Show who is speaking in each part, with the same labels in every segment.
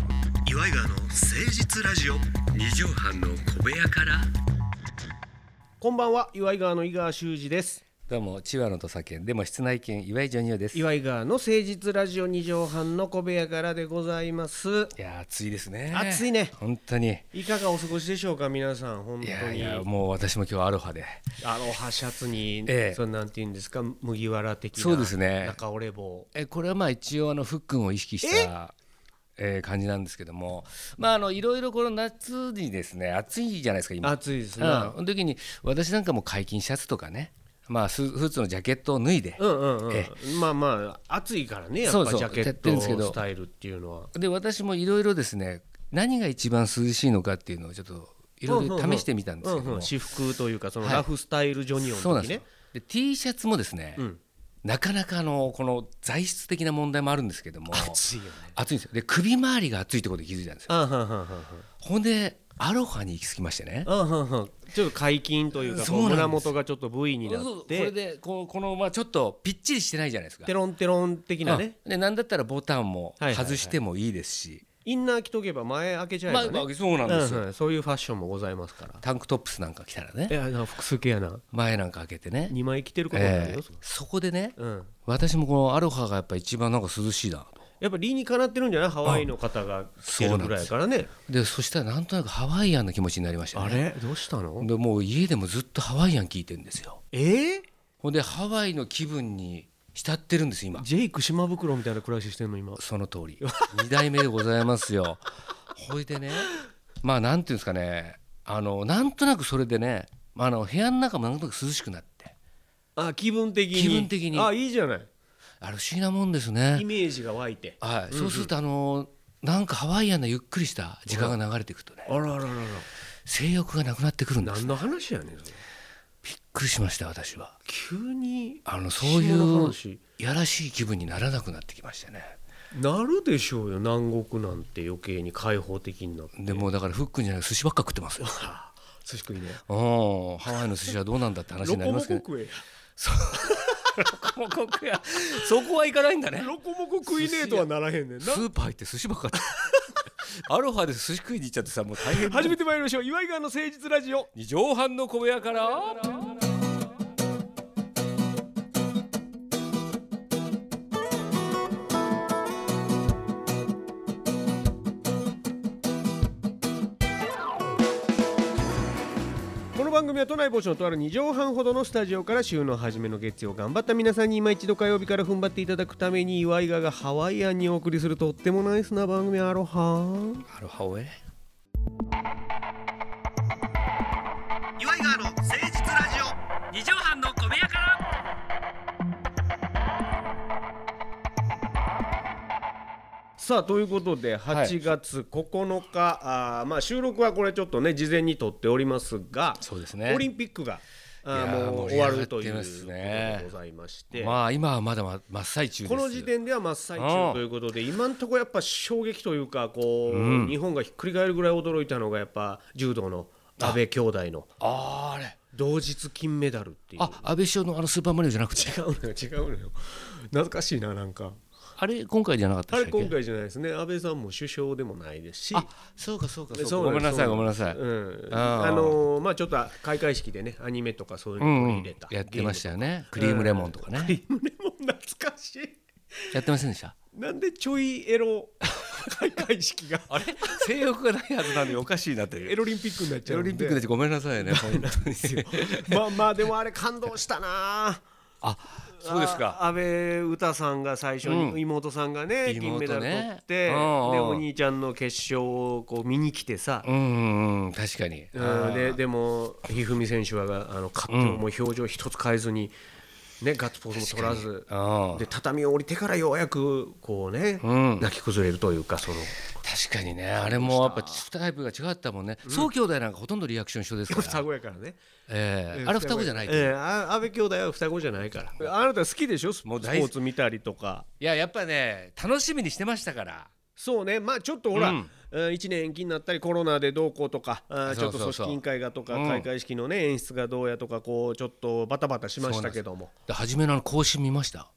Speaker 1: イガーの誠実ラジオ
Speaker 2: 二畳半の小部屋から
Speaker 3: こんばんは岩井川の井川修司です
Speaker 2: どうも千葉の土佐県でも室内犬岩井ジョニオですい
Speaker 3: 岩井川の誠実ラジオ二畳半の小部屋からでございます
Speaker 2: やー暑いですね
Speaker 3: 暑いね
Speaker 2: 本当に
Speaker 3: いかがお過ごしでしょうか皆さん本
Speaker 2: い
Speaker 3: 当
Speaker 2: やい
Speaker 3: に
Speaker 2: やもう私も今日アロハで
Speaker 3: アロハシャツに、
Speaker 2: ええ
Speaker 3: そんなんていうんですか麦わら的な
Speaker 2: そうですね
Speaker 3: 中折れ棒
Speaker 2: えこれはまあ一応あのフックンを意識したえー感じなんですけどもまああのいろいろこの夏にですね暑いじゃないですか今
Speaker 3: 暑いです
Speaker 2: うん
Speaker 3: ね、
Speaker 2: その時に私なんかも解禁シャツとかねまあススーツのジャケットを脱いで
Speaker 3: うんうんうん
Speaker 2: え
Speaker 3: まあまあ暑いからねやっ
Speaker 2: そう
Speaker 3: ぱ
Speaker 2: そう
Speaker 3: ジャケ
Speaker 2: や
Speaker 3: ッ
Speaker 2: ってるんですけ
Speaker 3: ト
Speaker 2: ど
Speaker 3: スタイルっていうのは
Speaker 2: で私もいろいろですね何が一番涼しいのかっていうのをちょっといろいろ試してみたんですけど
Speaker 3: うんう
Speaker 2: も
Speaker 3: ん私服というかその
Speaker 2: はい
Speaker 3: ラフスタイルジョニオン
Speaker 2: そうな
Speaker 3: の
Speaker 2: ん
Speaker 3: 時
Speaker 2: ですよ
Speaker 3: ね、
Speaker 2: で T シャツもですね、
Speaker 3: ん
Speaker 2: なかなかあのこの材質的な問題もあるんですけども
Speaker 3: 暑いよね
Speaker 2: 暑いんですよで首周りが暑いってことに気づいたんですよ
Speaker 3: あはんはんはんはん
Speaker 2: ほんでアロハに行き着きましてね
Speaker 3: あはんはんちょっと解禁というか
Speaker 2: そう
Speaker 3: こう
Speaker 2: なんです
Speaker 3: 胸元がちょっと V にな
Speaker 2: そうそ
Speaker 3: っ
Speaker 2: うこれ
Speaker 3: て
Speaker 2: でこうこのまあちょっとぴっちりしてないじゃないですか
Speaker 3: テロンテロン的なね
Speaker 2: うんでなんだったらボタンも
Speaker 3: はいはいはい
Speaker 2: 外してもいいですし、
Speaker 3: インナー着とけば前開けちゃえばね、
Speaker 2: まあまあそうなんですよ、
Speaker 3: うんうんそういうファッションもございますから
Speaker 2: タンクトップスなんか着たら
Speaker 3: い
Speaker 2: ね
Speaker 3: や複数系やな
Speaker 2: 前なんか開けてね、
Speaker 3: 2枚着てることになる
Speaker 2: え
Speaker 3: よ、
Speaker 2: ーそこでね
Speaker 3: うん、
Speaker 2: 私もこのアロハがやっぱ一番なんか涼しいなと
Speaker 3: やっぱ理にかなってるんじゃないハワイの方が着てるぐらいやからね
Speaker 2: でそしたらなんとなくハワイアンな気持ちになりましたね
Speaker 3: あれどうしたの
Speaker 2: でもう家でもずっとハワイアン聞いてるんですよ
Speaker 3: えー、
Speaker 2: ほんでハワイの気分に浸ってるんです今
Speaker 3: ジェイク島袋みたいな暮らししてんの今
Speaker 2: その通り2代目でございますよほいでねまあなんていうんですかねあのなんとなくそれでねまああの部屋の中もなんとなく涼しくなって
Speaker 3: あ気分的に
Speaker 2: 気分的に
Speaker 3: あいいじゃない
Speaker 2: あれ不思議なもんです
Speaker 3: イ
Speaker 2: ね
Speaker 3: メージが湧いて
Speaker 2: はいそうするとあのなんかハワイアンなゆっくりした時間が流れていくとね
Speaker 3: あらららら
Speaker 2: 性欲がなくなってくるんです
Speaker 3: 何の話やねんそれ
Speaker 2: びっくりしました私は
Speaker 3: 急に
Speaker 2: あのそうい
Speaker 3: 島の
Speaker 2: う
Speaker 3: 話
Speaker 2: やらしい気分にならなくなってきましたね
Speaker 3: なるでしょうよ南国なんて余計に開放的になって
Speaker 2: でもうだからフックンじゃなくて寿司ばっか食って ますよ。
Speaker 3: あ寿司食いね
Speaker 2: うん、ハワイの寿司はどうなんだって話になりますけど、ね。
Speaker 3: 食え
Speaker 2: ロコモコや。 そこはいかないんだね。
Speaker 3: ロコモコ食いねえとはならへんねん
Speaker 2: ス
Speaker 3: な
Speaker 2: ーパー行って寿司ばっか。 アロハで寿司食いに行っちゃってさ、もう大 変。
Speaker 3: 初めて参りましょう岩井川の誠実ラジオ
Speaker 2: 二畳半の小部屋から。
Speaker 3: この番組は都内某所のとある2畳半ほどのスタジオから週の初めの月曜頑張った皆さんに今一度火曜日から踏ん張っていただくために岩井川がハワイアンにお送りするとってもナイスな番組アロハ
Speaker 2: アロハおえ。
Speaker 1: 岩井川の誠実ラジオ
Speaker 2: 二畳半の小部屋から。
Speaker 3: さあということで8月9日、あーまあ、収録はこれちょっとね事前に撮っておりますが
Speaker 2: そうですね
Speaker 3: オリンピックがあ
Speaker 2: いや
Speaker 3: ーも
Speaker 2: ー
Speaker 3: う
Speaker 2: 盛
Speaker 3: 終
Speaker 2: り上
Speaker 3: わ
Speaker 2: が
Speaker 3: ると
Speaker 2: っ
Speaker 3: いう
Speaker 2: て
Speaker 3: こ
Speaker 2: ま
Speaker 3: と
Speaker 2: すね
Speaker 3: でございまして、
Speaker 2: まあ今はまだま真っ最中です。
Speaker 3: この時点では真っ最中ということで今のところやっぱ衝撃というかこう、日本がひっくり返るぐらい驚いたのがやっぱ柔道の安倍兄弟の
Speaker 2: あーあれ。
Speaker 3: 同日金メダルっていう。
Speaker 2: あ、安倍首相のあのスーパーマリオじゃなくて、
Speaker 3: 違うのよ違うのよ懐かしいななんか
Speaker 2: あれ今回じゃなかった
Speaker 3: あ
Speaker 2: で
Speaker 3: れ
Speaker 2: したっけ。
Speaker 3: 今回じゃないですね安倍さんも首相でもないですし
Speaker 2: あ、そうかそうかそうか。
Speaker 3: そう
Speaker 2: ご
Speaker 3: なん
Speaker 2: め
Speaker 3: で
Speaker 2: ん
Speaker 3: す
Speaker 2: なさいごめんなさい。
Speaker 3: うん、
Speaker 2: あ
Speaker 3: あ
Speaker 2: ー
Speaker 3: のーまあちょっと開会式でねアニメとかそういう
Speaker 2: う
Speaker 3: の
Speaker 2: ん
Speaker 3: を
Speaker 2: う
Speaker 3: 入
Speaker 2: ん
Speaker 3: れた、
Speaker 2: やってましたよねク
Speaker 3: ゲ
Speaker 2: リ
Speaker 3: ー
Speaker 2: ー
Speaker 3: ム
Speaker 2: ム
Speaker 3: とか
Speaker 2: レモンとかね、
Speaker 3: ゲームとかクリームレモン懐かしい
Speaker 2: やってませんでした
Speaker 3: なんでちょいエロ開会式が
Speaker 2: あれ性欲がないはずなのにおかしいなって
Speaker 3: エロオリンピックになっち
Speaker 2: エ
Speaker 3: ゃ
Speaker 2: ロ
Speaker 3: うん
Speaker 2: オ
Speaker 3: で
Speaker 2: リンピックだしごめんなさいね本当に
Speaker 3: まあまあでもあれ感動したな
Speaker 2: あそうですか
Speaker 3: あ安倍詩さんが最初に、
Speaker 2: うん
Speaker 3: 妹さんがね銀
Speaker 2: 妹
Speaker 3: メ
Speaker 2: ね
Speaker 3: ダル取って、
Speaker 2: うんうん
Speaker 3: でお兄ちゃんの決勝をこう見に来てさ、
Speaker 2: うんうん確かに
Speaker 3: うん、ででも一二三選手はあの勝ってももう表情一つ変えずに、ね、ガッツポーズも取らず
Speaker 2: あ
Speaker 3: で畳を降りてからようやくこうね、
Speaker 2: うん
Speaker 3: 泣き崩れるというかその
Speaker 2: 確かにねあれもやっぱタイプが違ったもんね宗兄弟なんかほとんどリアクション一緒ですか
Speaker 3: 双
Speaker 2: ら
Speaker 3: 子やからね、
Speaker 2: ええあれ双子じゃないと
Speaker 3: ええあ安倍兄弟は双子じゃないからあなた好きでしょスポ
Speaker 2: もう大
Speaker 3: ーツ見たりとか
Speaker 2: いややっぱね楽しみにしてましたから
Speaker 3: そうねまあちょっとほら、
Speaker 2: う
Speaker 3: うん1年延期になったりコロナでどうこうとかあーち
Speaker 2: そ
Speaker 3: ょ
Speaker 2: う
Speaker 3: っと
Speaker 2: そうそ
Speaker 3: 組
Speaker 2: う
Speaker 3: 織委員会がとか
Speaker 2: うん
Speaker 3: 開会式のね演出がどうやとかこうちょっとバタバタしましたけども
Speaker 2: で初めのあの更新見ました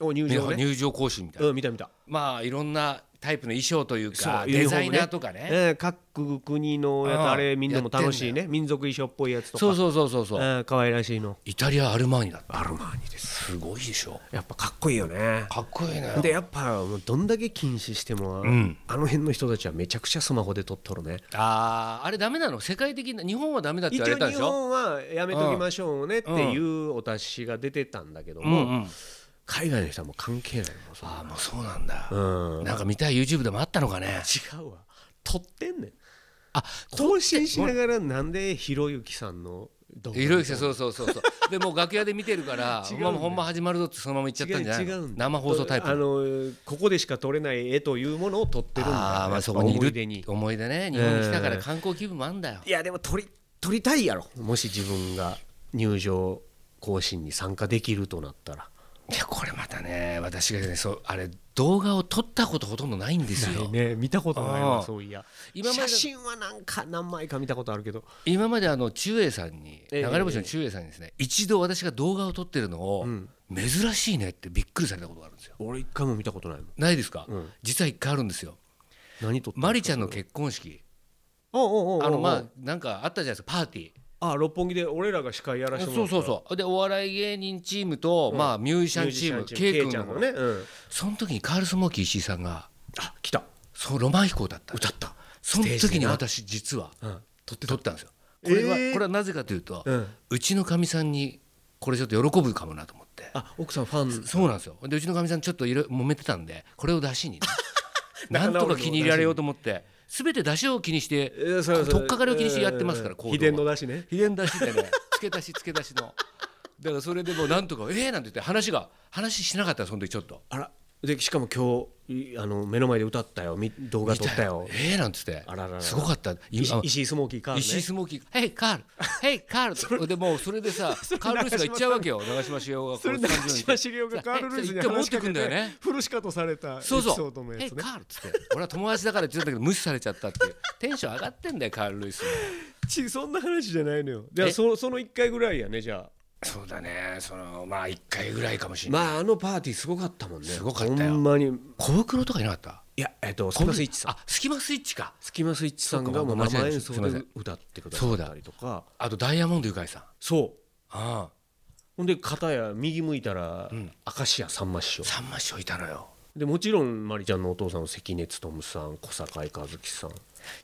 Speaker 3: お入場ね
Speaker 2: 入場更新みたいな
Speaker 3: うん見た見た
Speaker 2: まあいろんなタイプの衣装というか
Speaker 3: そう
Speaker 2: デザイナーとか
Speaker 3: え
Speaker 2: ね
Speaker 3: え各国のやつ
Speaker 2: ああ
Speaker 3: あれみんなも楽しい
Speaker 2: や
Speaker 3: ね民族衣装っぽいやつとか
Speaker 2: そうそうそうそうそう
Speaker 3: ええ可愛らしいの
Speaker 2: イタリアアルマーニだって
Speaker 3: アルマーニです
Speaker 2: すごいでしょ
Speaker 3: やっぱかっこいいよね
Speaker 2: かっこいいね
Speaker 3: でやっぱもうどんだけ禁止しても、
Speaker 2: ん
Speaker 3: あの辺の人たちはめちゃくちゃスマホで撮っとるね
Speaker 2: あーあれダメなの世界的な日本はダメだって
Speaker 3: 一
Speaker 2: 言われ
Speaker 3: 応
Speaker 2: たで
Speaker 3: 日
Speaker 2: しょ
Speaker 3: 本はやめときましょうねっていうお達しが出てたんだけど
Speaker 2: うん
Speaker 3: も、
Speaker 2: うん
Speaker 3: 海外の人はもう関係ないもんそ
Speaker 2: ああもうそうなんだ
Speaker 3: のうん
Speaker 2: なんか見たい YouTube でもあったのかね
Speaker 3: 違うわ撮ってんねん
Speaker 2: あ
Speaker 3: 更新しながらなんでひろゆきさんの動
Speaker 2: ひろゆきさん
Speaker 3: う
Speaker 2: そうそうそうそうでもう楽屋で見てるから
Speaker 3: 違うんだ
Speaker 2: もう本番始まるぞってそのまま行っちゃったんじゃない
Speaker 3: 違う違
Speaker 2: の
Speaker 3: うんだ
Speaker 2: 生放送タイプ
Speaker 3: あのここでしか撮れない絵というものを撮ってるんだよや
Speaker 2: ああまあ
Speaker 3: っぱ
Speaker 2: そこにいる
Speaker 3: 思い出に
Speaker 2: 思い出ね日本に来たから観光気分もあんだよ
Speaker 3: いやでも撮り撮りたいやろもし自分が入場行進に参加できるとなったら
Speaker 2: いやこれまたね私がねそうあれ動画を撮ったことほとんどないんですよ
Speaker 3: ね見たことない
Speaker 2: あ
Speaker 3: わ
Speaker 2: あ
Speaker 3: そういや
Speaker 2: 今まで
Speaker 3: 写真はなんか何枚か見たことあるけど
Speaker 2: 今まであの中英さんに
Speaker 3: え
Speaker 2: 流
Speaker 3: え
Speaker 2: れ星の中英さんにですね一度私が動画を撮ってるのを珍しいねってびっくりされたことがあるんですよ
Speaker 3: 俺一回も見たことないもん
Speaker 2: ないですか
Speaker 3: うん
Speaker 2: 実は一回あるんですよ
Speaker 3: 何撮って
Speaker 2: マリちゃんの結婚式
Speaker 3: おうおうおうおう
Speaker 2: あのまあなんかあったじゃないですかパーティー
Speaker 3: あ六本木で俺らが司会やらせても
Speaker 2: そ
Speaker 3: ら
Speaker 2: う
Speaker 3: った
Speaker 2: そうそうでお笑い芸人チームと、まあ、ミュージシャンチーム
Speaker 3: ミュージシャン
Speaker 2: K 君
Speaker 3: ちゃ
Speaker 2: の
Speaker 3: んのね、うん、
Speaker 2: その時にカール・スモーキー石井さんが
Speaker 3: あ来た
Speaker 2: そうロマン飛行だった歌
Speaker 3: った
Speaker 2: その
Speaker 3: ステージ
Speaker 2: 時
Speaker 3: で
Speaker 2: に
Speaker 3: な
Speaker 2: 私実は
Speaker 3: うん
Speaker 2: 撮って撮ったんですよこれは、
Speaker 3: えー
Speaker 2: これはなぜかというと、
Speaker 3: う
Speaker 2: うんちのかみさんにこれちょっと喜ぶかもなと思って
Speaker 3: あ奥さんファン
Speaker 2: そうなんですよでうちのかみさんちょっといろいろ揉めてたんでこれを出しに ね、なんとか気に入られようと思って全て出しを気にして
Speaker 3: えーそれそれ
Speaker 2: 取っかかりを気にしてやってますから行動は
Speaker 3: 秘伝のだしね
Speaker 2: 秘伝出し でね付け足し付け足しのだからそれでもうなんとか「ええなんて言って話が話しなかったその時ちょっと
Speaker 3: あらでしかも今日いあの目の前で歌ったよみ動画撮ったよ
Speaker 2: ええなんつって
Speaker 3: あららら
Speaker 2: すごかったい
Speaker 3: い
Speaker 2: あ
Speaker 3: 石井スモーキーカールね
Speaker 2: 石井スモーキー「ヘイカールヘイカール」でもう それでさカール・ルイスが言っちゃうわけよ長嶋茂雄がこ
Speaker 3: それ
Speaker 2: のスタジオ
Speaker 3: 長嶋
Speaker 2: に
Speaker 3: 茂雄がカール・ルイスに
Speaker 2: 一回持っ
Speaker 3: 話してか
Speaker 2: く
Speaker 3: け
Speaker 2: んだよ
Speaker 3: て
Speaker 2: ね
Speaker 3: 古しかとされたエピソ
Speaker 2: そうそう
Speaker 3: ードの
Speaker 2: 「ヘ
Speaker 3: や
Speaker 2: イ
Speaker 3: つね
Speaker 2: カール」っつって俺は友達だからって言ってたけど無視されちゃったっていうテンション上がってんだよカール・ルイスも
Speaker 3: ちそんな話じゃないのよじゃあ
Speaker 2: え
Speaker 3: そその1回ぐらいやねじゃあ
Speaker 2: そうだねそのまあ1回ぐらいかもしれない
Speaker 3: まああのパーティーすごかったもんね
Speaker 2: すごかったよ
Speaker 3: ほんまに
Speaker 2: 小袋とかいなかった
Speaker 3: いやえっとスキマスイッチさん
Speaker 2: あスキマスイッチか
Speaker 3: スキマスイッチさんが
Speaker 2: そう
Speaker 3: も
Speaker 2: か
Speaker 3: う
Speaker 2: 間違え
Speaker 3: 生
Speaker 2: ないで
Speaker 3: 演
Speaker 2: す
Speaker 3: 奏
Speaker 2: すいませ
Speaker 3: で
Speaker 2: ん
Speaker 3: 歌ってくださったりとか
Speaker 2: あとダイヤモンドゆかりさん
Speaker 3: そう
Speaker 2: ああ
Speaker 3: ほんで片や右向いたら明石家さんま師匠
Speaker 2: さんま師匠いたのよ
Speaker 3: でもちろんまりちゃんのお父さんの関根勤さん小坂井和樹さん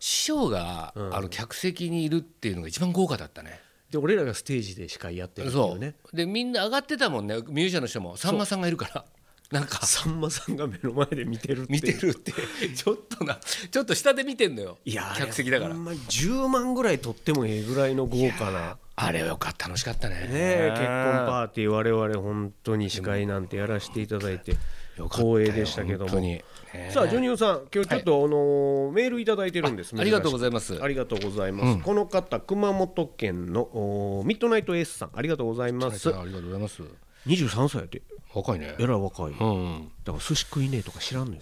Speaker 2: 師匠が、あの客席にいるっていうのが一番豪華だったね
Speaker 3: で俺らがステージで司会やってるってい
Speaker 2: そう
Speaker 3: ね
Speaker 2: うでみんな上がってたもんねミュージシャンの人もさんまさんがいるからなんか
Speaker 3: さんまさんが目の前で見てるって
Speaker 2: 見てるってちょっとなちょっと下で見てんのよ
Speaker 3: いや
Speaker 2: 客席だから
Speaker 3: ほんまに10万ぐらい取ってもええぐらいの豪華な
Speaker 2: あれはよかった楽しかったね
Speaker 3: ねえ結婚パーティー我々本当に司会なんてやらせていただいて
Speaker 2: よかったよ
Speaker 3: 光栄でしたけど
Speaker 2: 本当に
Speaker 3: も
Speaker 2: ねえ
Speaker 3: さあジョニオさん今日ちょっとあのメールいただいてるんです
Speaker 2: ありがとうござい
Speaker 3: ま
Speaker 2: ます
Speaker 3: ありがとうございます、この方熊本県のおミッドナイト S さんありがとうございま
Speaker 2: あり
Speaker 3: す
Speaker 2: がとうございます
Speaker 3: 23歳やて
Speaker 2: 若いね
Speaker 3: えらい若い、だ
Speaker 2: う
Speaker 3: か
Speaker 2: んうん
Speaker 3: ら寿司食いねえとか知らんのよ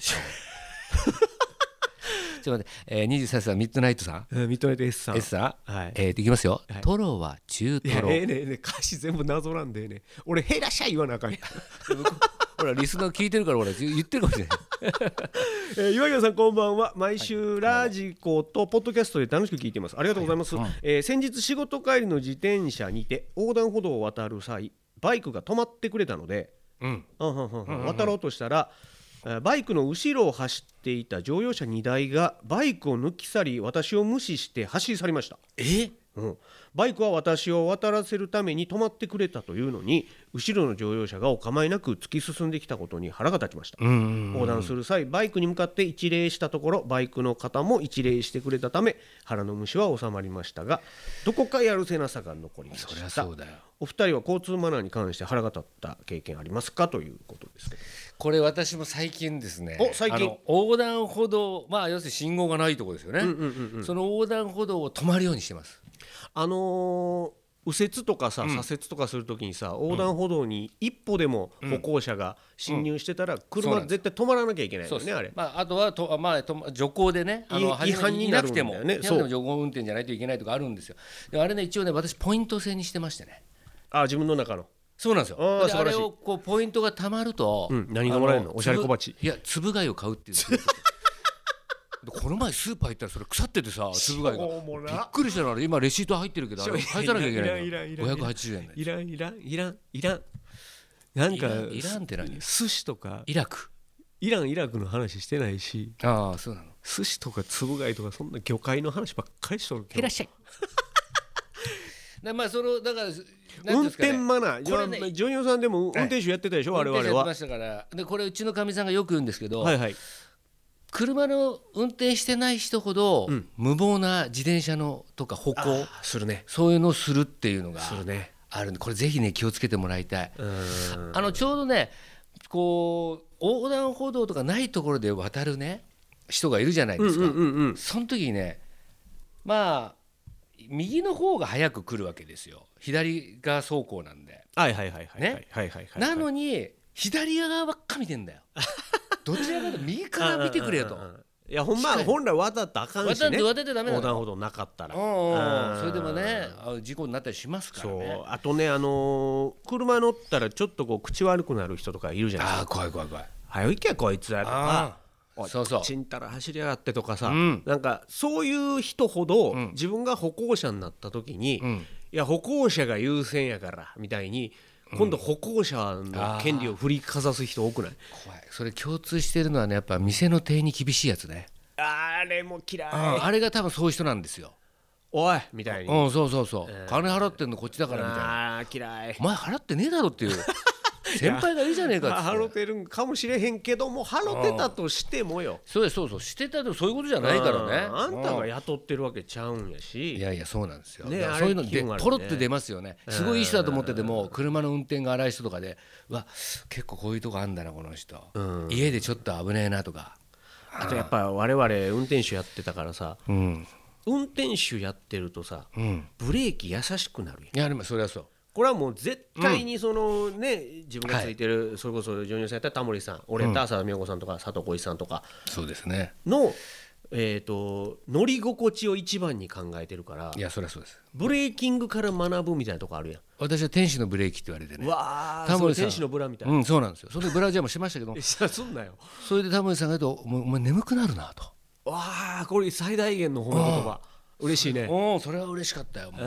Speaker 2: ちょっと待って、えー、23歳は ミッドナイトさん
Speaker 3: えーミッドナイト S さん
Speaker 2: S さん、
Speaker 3: はい
Speaker 2: えー、いきますよ、
Speaker 3: い
Speaker 2: トロは中
Speaker 3: い
Speaker 2: ト
Speaker 3: や
Speaker 2: ロ
Speaker 3: ええねええね歌詞全部謎なんでええね俺「へいらっしゃい」言わなあかんやん
Speaker 2: ほらリスナー聞いてるからほら言ってるかもしれない
Speaker 3: えー岩井さんこんばんは毎週ラジコとポッドキャストで楽しく聞いていますありがとうございます、えー先日仕事帰りの自転車にて横断歩道を渡る際バイクが止まってくれたので
Speaker 2: うん
Speaker 3: うんうんうんうん渡ろうとしたらえーバイクの後ろを走っていた乗用車2台がバイクを抜き去り私を無視して走り去りました
Speaker 2: え
Speaker 3: うん、バイクは私を渡らせるために止まってくれたというのに後ろの乗用車がお構いなく突き進んできたことに腹が立ちました、
Speaker 2: うんうん
Speaker 3: 横断する際バイクに向かって一礼したところバイクの方も一礼してくれたため腹の虫は収まりましたがどこかやるせなさが残りまし
Speaker 2: そりゃ
Speaker 3: た
Speaker 2: そうだよ
Speaker 3: お二人は交通マナーに関して腹が立った経験ありますかということですけど
Speaker 2: これ私も最近ですね
Speaker 3: お最近
Speaker 2: あの横断歩道まあ要するに信号がないところですよね、その横断歩道を止まるようにしてます
Speaker 3: あのー右折とかさ、左折とかするときにさ横断歩道に一歩でも歩行者が進入してたら、
Speaker 2: そう
Speaker 3: 車
Speaker 2: なん
Speaker 3: 絶対止まらなきゃいけないよ
Speaker 2: です
Speaker 3: ねあれ。
Speaker 2: まあ、あとはと、まあ、と徐行でねあ
Speaker 3: い
Speaker 2: の
Speaker 3: 違
Speaker 2: 初
Speaker 3: 反
Speaker 2: め
Speaker 3: に
Speaker 2: い
Speaker 3: な
Speaker 2: な
Speaker 3: る
Speaker 2: く
Speaker 3: んだ
Speaker 2: て
Speaker 3: よね
Speaker 2: もいなくて
Speaker 3: そう
Speaker 2: も徐行運転じゃないといけないとかあるんですよであれね一応ね私ポイント制にしてましてね
Speaker 3: あ自分の中の
Speaker 2: そうなんですよ
Speaker 3: あー
Speaker 2: で
Speaker 3: 素晴
Speaker 2: あ
Speaker 3: らし
Speaker 2: れ
Speaker 3: い
Speaker 2: をこうポイントがたまると、
Speaker 3: うん何がもらえるの
Speaker 2: あ
Speaker 3: おしゃれ小鉢
Speaker 2: つぶいやつぶ貝を買うっていうでこの前スーパー行ったらそれ腐っててさつぶ貝が
Speaker 3: しょうも
Speaker 2: びっ
Speaker 3: な
Speaker 2: くりしたのあれ今レシート入ってるけどあれ
Speaker 3: しょう
Speaker 2: 返さなきゃいけない
Speaker 3: いらんい
Speaker 2: の
Speaker 3: らんいらんいらん
Speaker 2: 580円だよ
Speaker 3: いらんいらんいらんいらんなんか
Speaker 2: いらんいらんって何
Speaker 3: 寿司とか
Speaker 2: イラク
Speaker 3: イランイラクの話してないし
Speaker 2: ああそうなの
Speaker 3: 寿司とかつぶ貝とかそんな魚介の話ばっかりしとるけど
Speaker 2: しゃいでまあそのだからなんてい
Speaker 3: 運
Speaker 2: うんですかね
Speaker 3: 転マナー
Speaker 2: これね
Speaker 3: いやジョニオさんでも運転手やってたでしょ我々
Speaker 2: 運転手やって
Speaker 3: は
Speaker 2: ましたからでこれうちのかみさんがよく言うんですけど、
Speaker 3: はいはい
Speaker 2: 車の運転してない人ほど、
Speaker 3: うん
Speaker 2: 無謀な自転車のとか歩行
Speaker 3: あーするね
Speaker 2: そういうのをするっていうのが
Speaker 3: するね
Speaker 2: あるんでこれぜひね気をつけてもらいたい。
Speaker 3: うん
Speaker 2: あのちょうどねこう横断歩道とかないところで渡るね人がいるじゃないですか、
Speaker 3: うんうんうんうん
Speaker 2: その時にねまあ右の方が早く来るわけですよ左側走行なんで、
Speaker 3: はいはいはいはいはい
Speaker 2: ね
Speaker 3: はいはいはい
Speaker 2: なのに左側ばっか見て んだよどちらかというと右から見てくれよと
Speaker 3: うんうんうんうんいやほんま
Speaker 2: しっかり
Speaker 3: 本来渡ったらあかんし
Speaker 2: 渡って
Speaker 3: ね
Speaker 2: 渡ってダメな
Speaker 3: 横断
Speaker 2: の
Speaker 3: 歩道なかったら
Speaker 2: うんうんうん
Speaker 3: うん
Speaker 2: それでもねあ事故になったりしますから
Speaker 3: そう
Speaker 2: ね
Speaker 3: あとねあのー車乗ったらちょっとこう口悪くなる人とかいるじゃないですか
Speaker 2: ああ怖い怖い怖い
Speaker 3: 早いけこいつらとか
Speaker 2: あ
Speaker 3: おい
Speaker 2: そうそう
Speaker 3: ちんたら走りやがってとかさ、
Speaker 2: うん
Speaker 3: なんかそういう人ほど、
Speaker 2: うん
Speaker 3: 自分が歩行者になった時に、
Speaker 2: うん
Speaker 3: いや歩行者が優先やからみたいに今度歩行者の権利を振りかざす人多くない
Speaker 2: 怖いそれ共通してるのはねやっぱ店の店員に厳しいやつね
Speaker 3: あれも嫌い、
Speaker 2: あれが多分そういう人なんですよ。
Speaker 3: おいみたいに、
Speaker 2: うん、そうそうそう、金払ってんのこっちだからみたいな。
Speaker 3: あー嫌い
Speaker 2: お前払ってねえだろっていう 先輩がいいじゃねえか
Speaker 3: まあ
Speaker 2: っつ
Speaker 3: 払
Speaker 2: っ。
Speaker 3: っててるんかもしれへんけども払ってたとしてもよ
Speaker 2: そうですそうそうしてたでもそういうことじゃないからね。
Speaker 3: あんた
Speaker 2: う
Speaker 3: が
Speaker 2: ん
Speaker 3: 雇ってるわけちゃうんや
Speaker 2: い
Speaker 3: し
Speaker 2: やいやそうなんですよ。
Speaker 3: ね
Speaker 2: だから
Speaker 3: あれ
Speaker 2: そういうの
Speaker 3: 気
Speaker 2: で
Speaker 3: 分悪いね
Speaker 2: ポロって出ますよね。すごいいい人だと思ってても車の運転が荒い人とかで、うわ結構こういうとこあんだなこの人
Speaker 3: うん。
Speaker 2: 家でちょっと危ねえなとか。
Speaker 3: あとやっぱ我々運転手やってたからさ
Speaker 2: うん
Speaker 3: 運転手やってるとさ
Speaker 2: うん。
Speaker 3: ブレーキ優しくなるやん
Speaker 2: いやでもそれはそう。
Speaker 3: これはもう絶対にそのね自分がついてるそれこそジョニオさんやったらタモリさん俺やったら浅田美代子さんとか佐藤浩市さんとか
Speaker 2: そうですね。
Speaker 3: のえーと乗り心地を一番に考えてるから
Speaker 2: いやそれはそうです。
Speaker 3: ブレーキングから学ぶみたいなとこあるや
Speaker 2: 私は天使のブレーキって言われて
Speaker 3: ん
Speaker 2: ね。
Speaker 3: わあ
Speaker 2: タモリさん
Speaker 3: 天使のブラみたいな
Speaker 2: うんそうなんですよ。それでブラジャーもしましたけど
Speaker 3: えさすんなよ
Speaker 2: それでタモリさんが言うと「お前お前眠くなるな」と
Speaker 3: わあこれ最大限の褒め言葉嬉しい
Speaker 2: 「
Speaker 3: ね
Speaker 2: おおそれは嬉しかったよ」も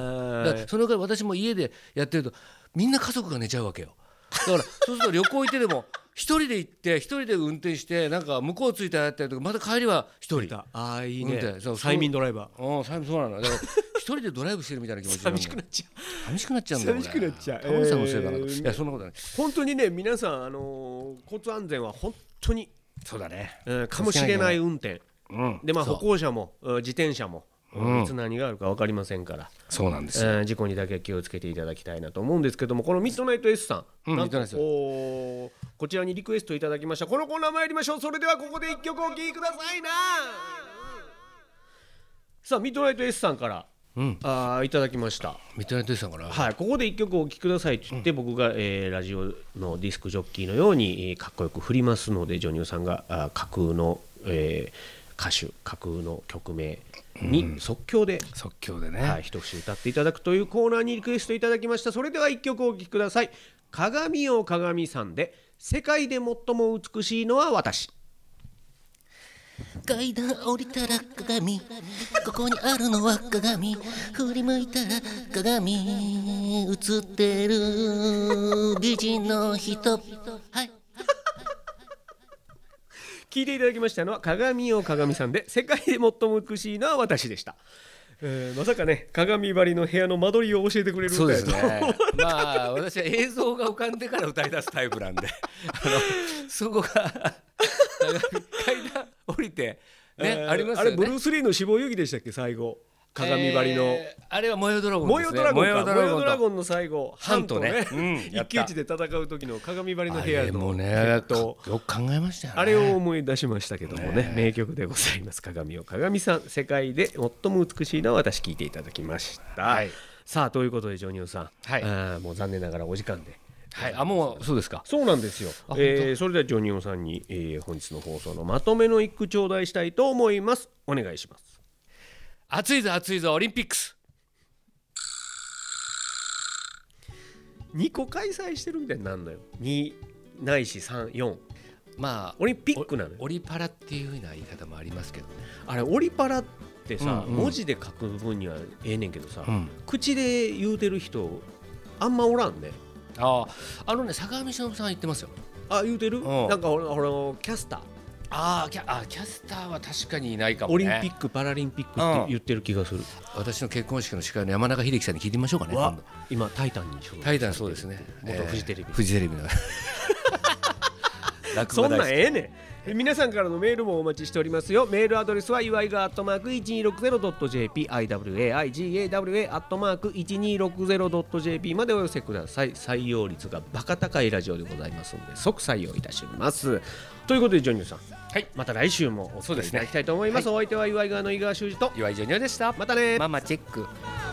Speaker 2: うだか
Speaker 3: え
Speaker 2: らそのから私も家でやってるとみんな家族が寝ちゃうわけよだから そうすると旅行行ってでも一人で行って一人で運転してなんか向こう着いたらやったりとかまた帰りは一人
Speaker 3: ーああいいね
Speaker 2: うんでそう
Speaker 3: 催眠ドライバー
Speaker 2: うん寂そうなのだから一人でドライブしてるみたいな気持ちにな
Speaker 3: 寂
Speaker 2: るの
Speaker 3: しくなっちゃう
Speaker 2: 寂しくなっちゃうんだよ
Speaker 3: 寂しくなっちゃう
Speaker 2: これタモリさんのせいだな、
Speaker 3: えー
Speaker 2: いやそんなことない
Speaker 3: 本当にね皆さん、あのー交通安全は本当に、
Speaker 2: そうだね
Speaker 3: うんかもしれない運転
Speaker 2: うん
Speaker 3: で、まあ、
Speaker 2: そ
Speaker 3: 歩
Speaker 2: う
Speaker 3: 行者もうん自転車も、
Speaker 2: うん
Speaker 3: いつ何があるか分かりませんから、
Speaker 2: そうなんですよ
Speaker 3: うん事故にだけは気をつけていただきたいなと思うんですけどもこのミッドナイト S さん、
Speaker 2: うん
Speaker 3: な
Speaker 2: ミッドナイト S
Speaker 3: こうこちらにリクエストいただきましたこのコーナー参りましょうそれではここで一曲お聴きくださいなさあミッドナイト S さんから
Speaker 2: うん
Speaker 3: あーいただきました
Speaker 2: ミッドナイトさんから
Speaker 3: はい、ここで一曲お聴きくださいって言って、僕が、えーラジオのディスクジョッキーのように、えーかっこよく振りますのでジョニオさんがあー架空の、えー歌手架空の曲名に即興で、
Speaker 2: 即興でね、
Speaker 3: はい、一節歌っていただくというコーナーにリクエストいただきましたそれでは一曲お聴きください「鏡よ鏡さん」で「世界で最も美しいのは私」
Speaker 4: 階段降りたら鏡ここにあるのは鏡振り向いたら鏡映ってる美人の人はい
Speaker 3: 聞いていただきましたのは鏡を鏡さんで世界で最も美しいのは私でした、えーまさかね鏡張りの部屋の間取りを教えてくれるみ
Speaker 2: そう
Speaker 3: たい
Speaker 2: ですね。まあ私は映像が浮かんでから歌い出すタイプな んで、あのそこがなんか階段 降りてね、ありますよね。
Speaker 3: あれブルース・リーの死亡遊戯でしたっけ最後 鏡張りの、
Speaker 2: えーあれは模様ドラゴン
Speaker 3: 模
Speaker 2: です
Speaker 3: 様
Speaker 2: ね。
Speaker 3: ドラゴンか模
Speaker 2: 模
Speaker 3: 様ド
Speaker 2: 様ド
Speaker 3: ラ
Speaker 2: ラゴン
Speaker 3: ゴンの最後
Speaker 2: ハントね
Speaker 3: ハントね
Speaker 2: うんや
Speaker 3: 一
Speaker 2: っ
Speaker 3: 騎
Speaker 2: た
Speaker 3: 打ちで戦う時の鏡張りの
Speaker 2: と。あ
Speaker 3: 部屋
Speaker 2: れも
Speaker 3: の
Speaker 2: ね、かよ
Speaker 3: と
Speaker 2: く考えましたよね。
Speaker 3: あれを思い出しましたけどもね名曲でございます鏡を鏡さん世界で最も美しいのは私聞いていただきました、
Speaker 2: はい
Speaker 3: さあということでジョニオさん、
Speaker 2: はい
Speaker 3: あーもう残念ながらお時間で
Speaker 2: はい。あもうそうですか。
Speaker 3: そうなんですよ、えーそれではジョニオさんに、えー本日の放送のまとめの一句頂戴したいと思いますお願いします
Speaker 2: 暑いぞ暑いぞオリンピックス。
Speaker 3: 2個開催してるみたいになんのよ2ないし34
Speaker 2: まあ
Speaker 3: オリンピックなのよ
Speaker 2: オリパラっていうような言い方もありますけどね、
Speaker 3: あれオリパラってさ、
Speaker 2: うんうん
Speaker 3: 文字で書く分にはええねんけどさ、
Speaker 2: ん、
Speaker 3: 口で言うてる人あんまおらんね
Speaker 2: あああのね坂上忍さんは言ってますよ
Speaker 3: あ言うてる、
Speaker 2: うん
Speaker 3: なんかほらほらキャスター
Speaker 2: ああキャあキャスターは確かにいないかも
Speaker 3: オリ
Speaker 2: ね
Speaker 3: ンピック・パラリンピックっ
Speaker 2: う
Speaker 3: て
Speaker 2: ん
Speaker 3: 言ってる気がする、
Speaker 2: 私の結婚式の司会の山中秀樹さんに聞いてみましょうかね
Speaker 3: わ
Speaker 2: 今度
Speaker 3: 今「タイタン」に所属
Speaker 2: タイタンそうですね
Speaker 3: 元フジテレビ
Speaker 2: えーフジテレビの落
Speaker 3: そ
Speaker 2: 語
Speaker 3: んなん
Speaker 2: 大好
Speaker 3: ええねんえ皆さんからのメールもお待ちしておりますよメールアドレスは祝いがアットマーク 1260.jp iwaigawa アットマーク 1260.jp までお寄せください採用率がバカ高いラジオでございますので即採用いたしますということでジョニーさん
Speaker 2: はい
Speaker 3: また来週もお
Speaker 2: そう
Speaker 3: 付
Speaker 2: で
Speaker 3: き合いい
Speaker 2: す
Speaker 3: た
Speaker 2: ね
Speaker 3: だきたいと思いますお相手は祝いがの井川修司と
Speaker 2: 岩井ジョニオでした
Speaker 3: またね
Speaker 2: ママチェック
Speaker 3: 「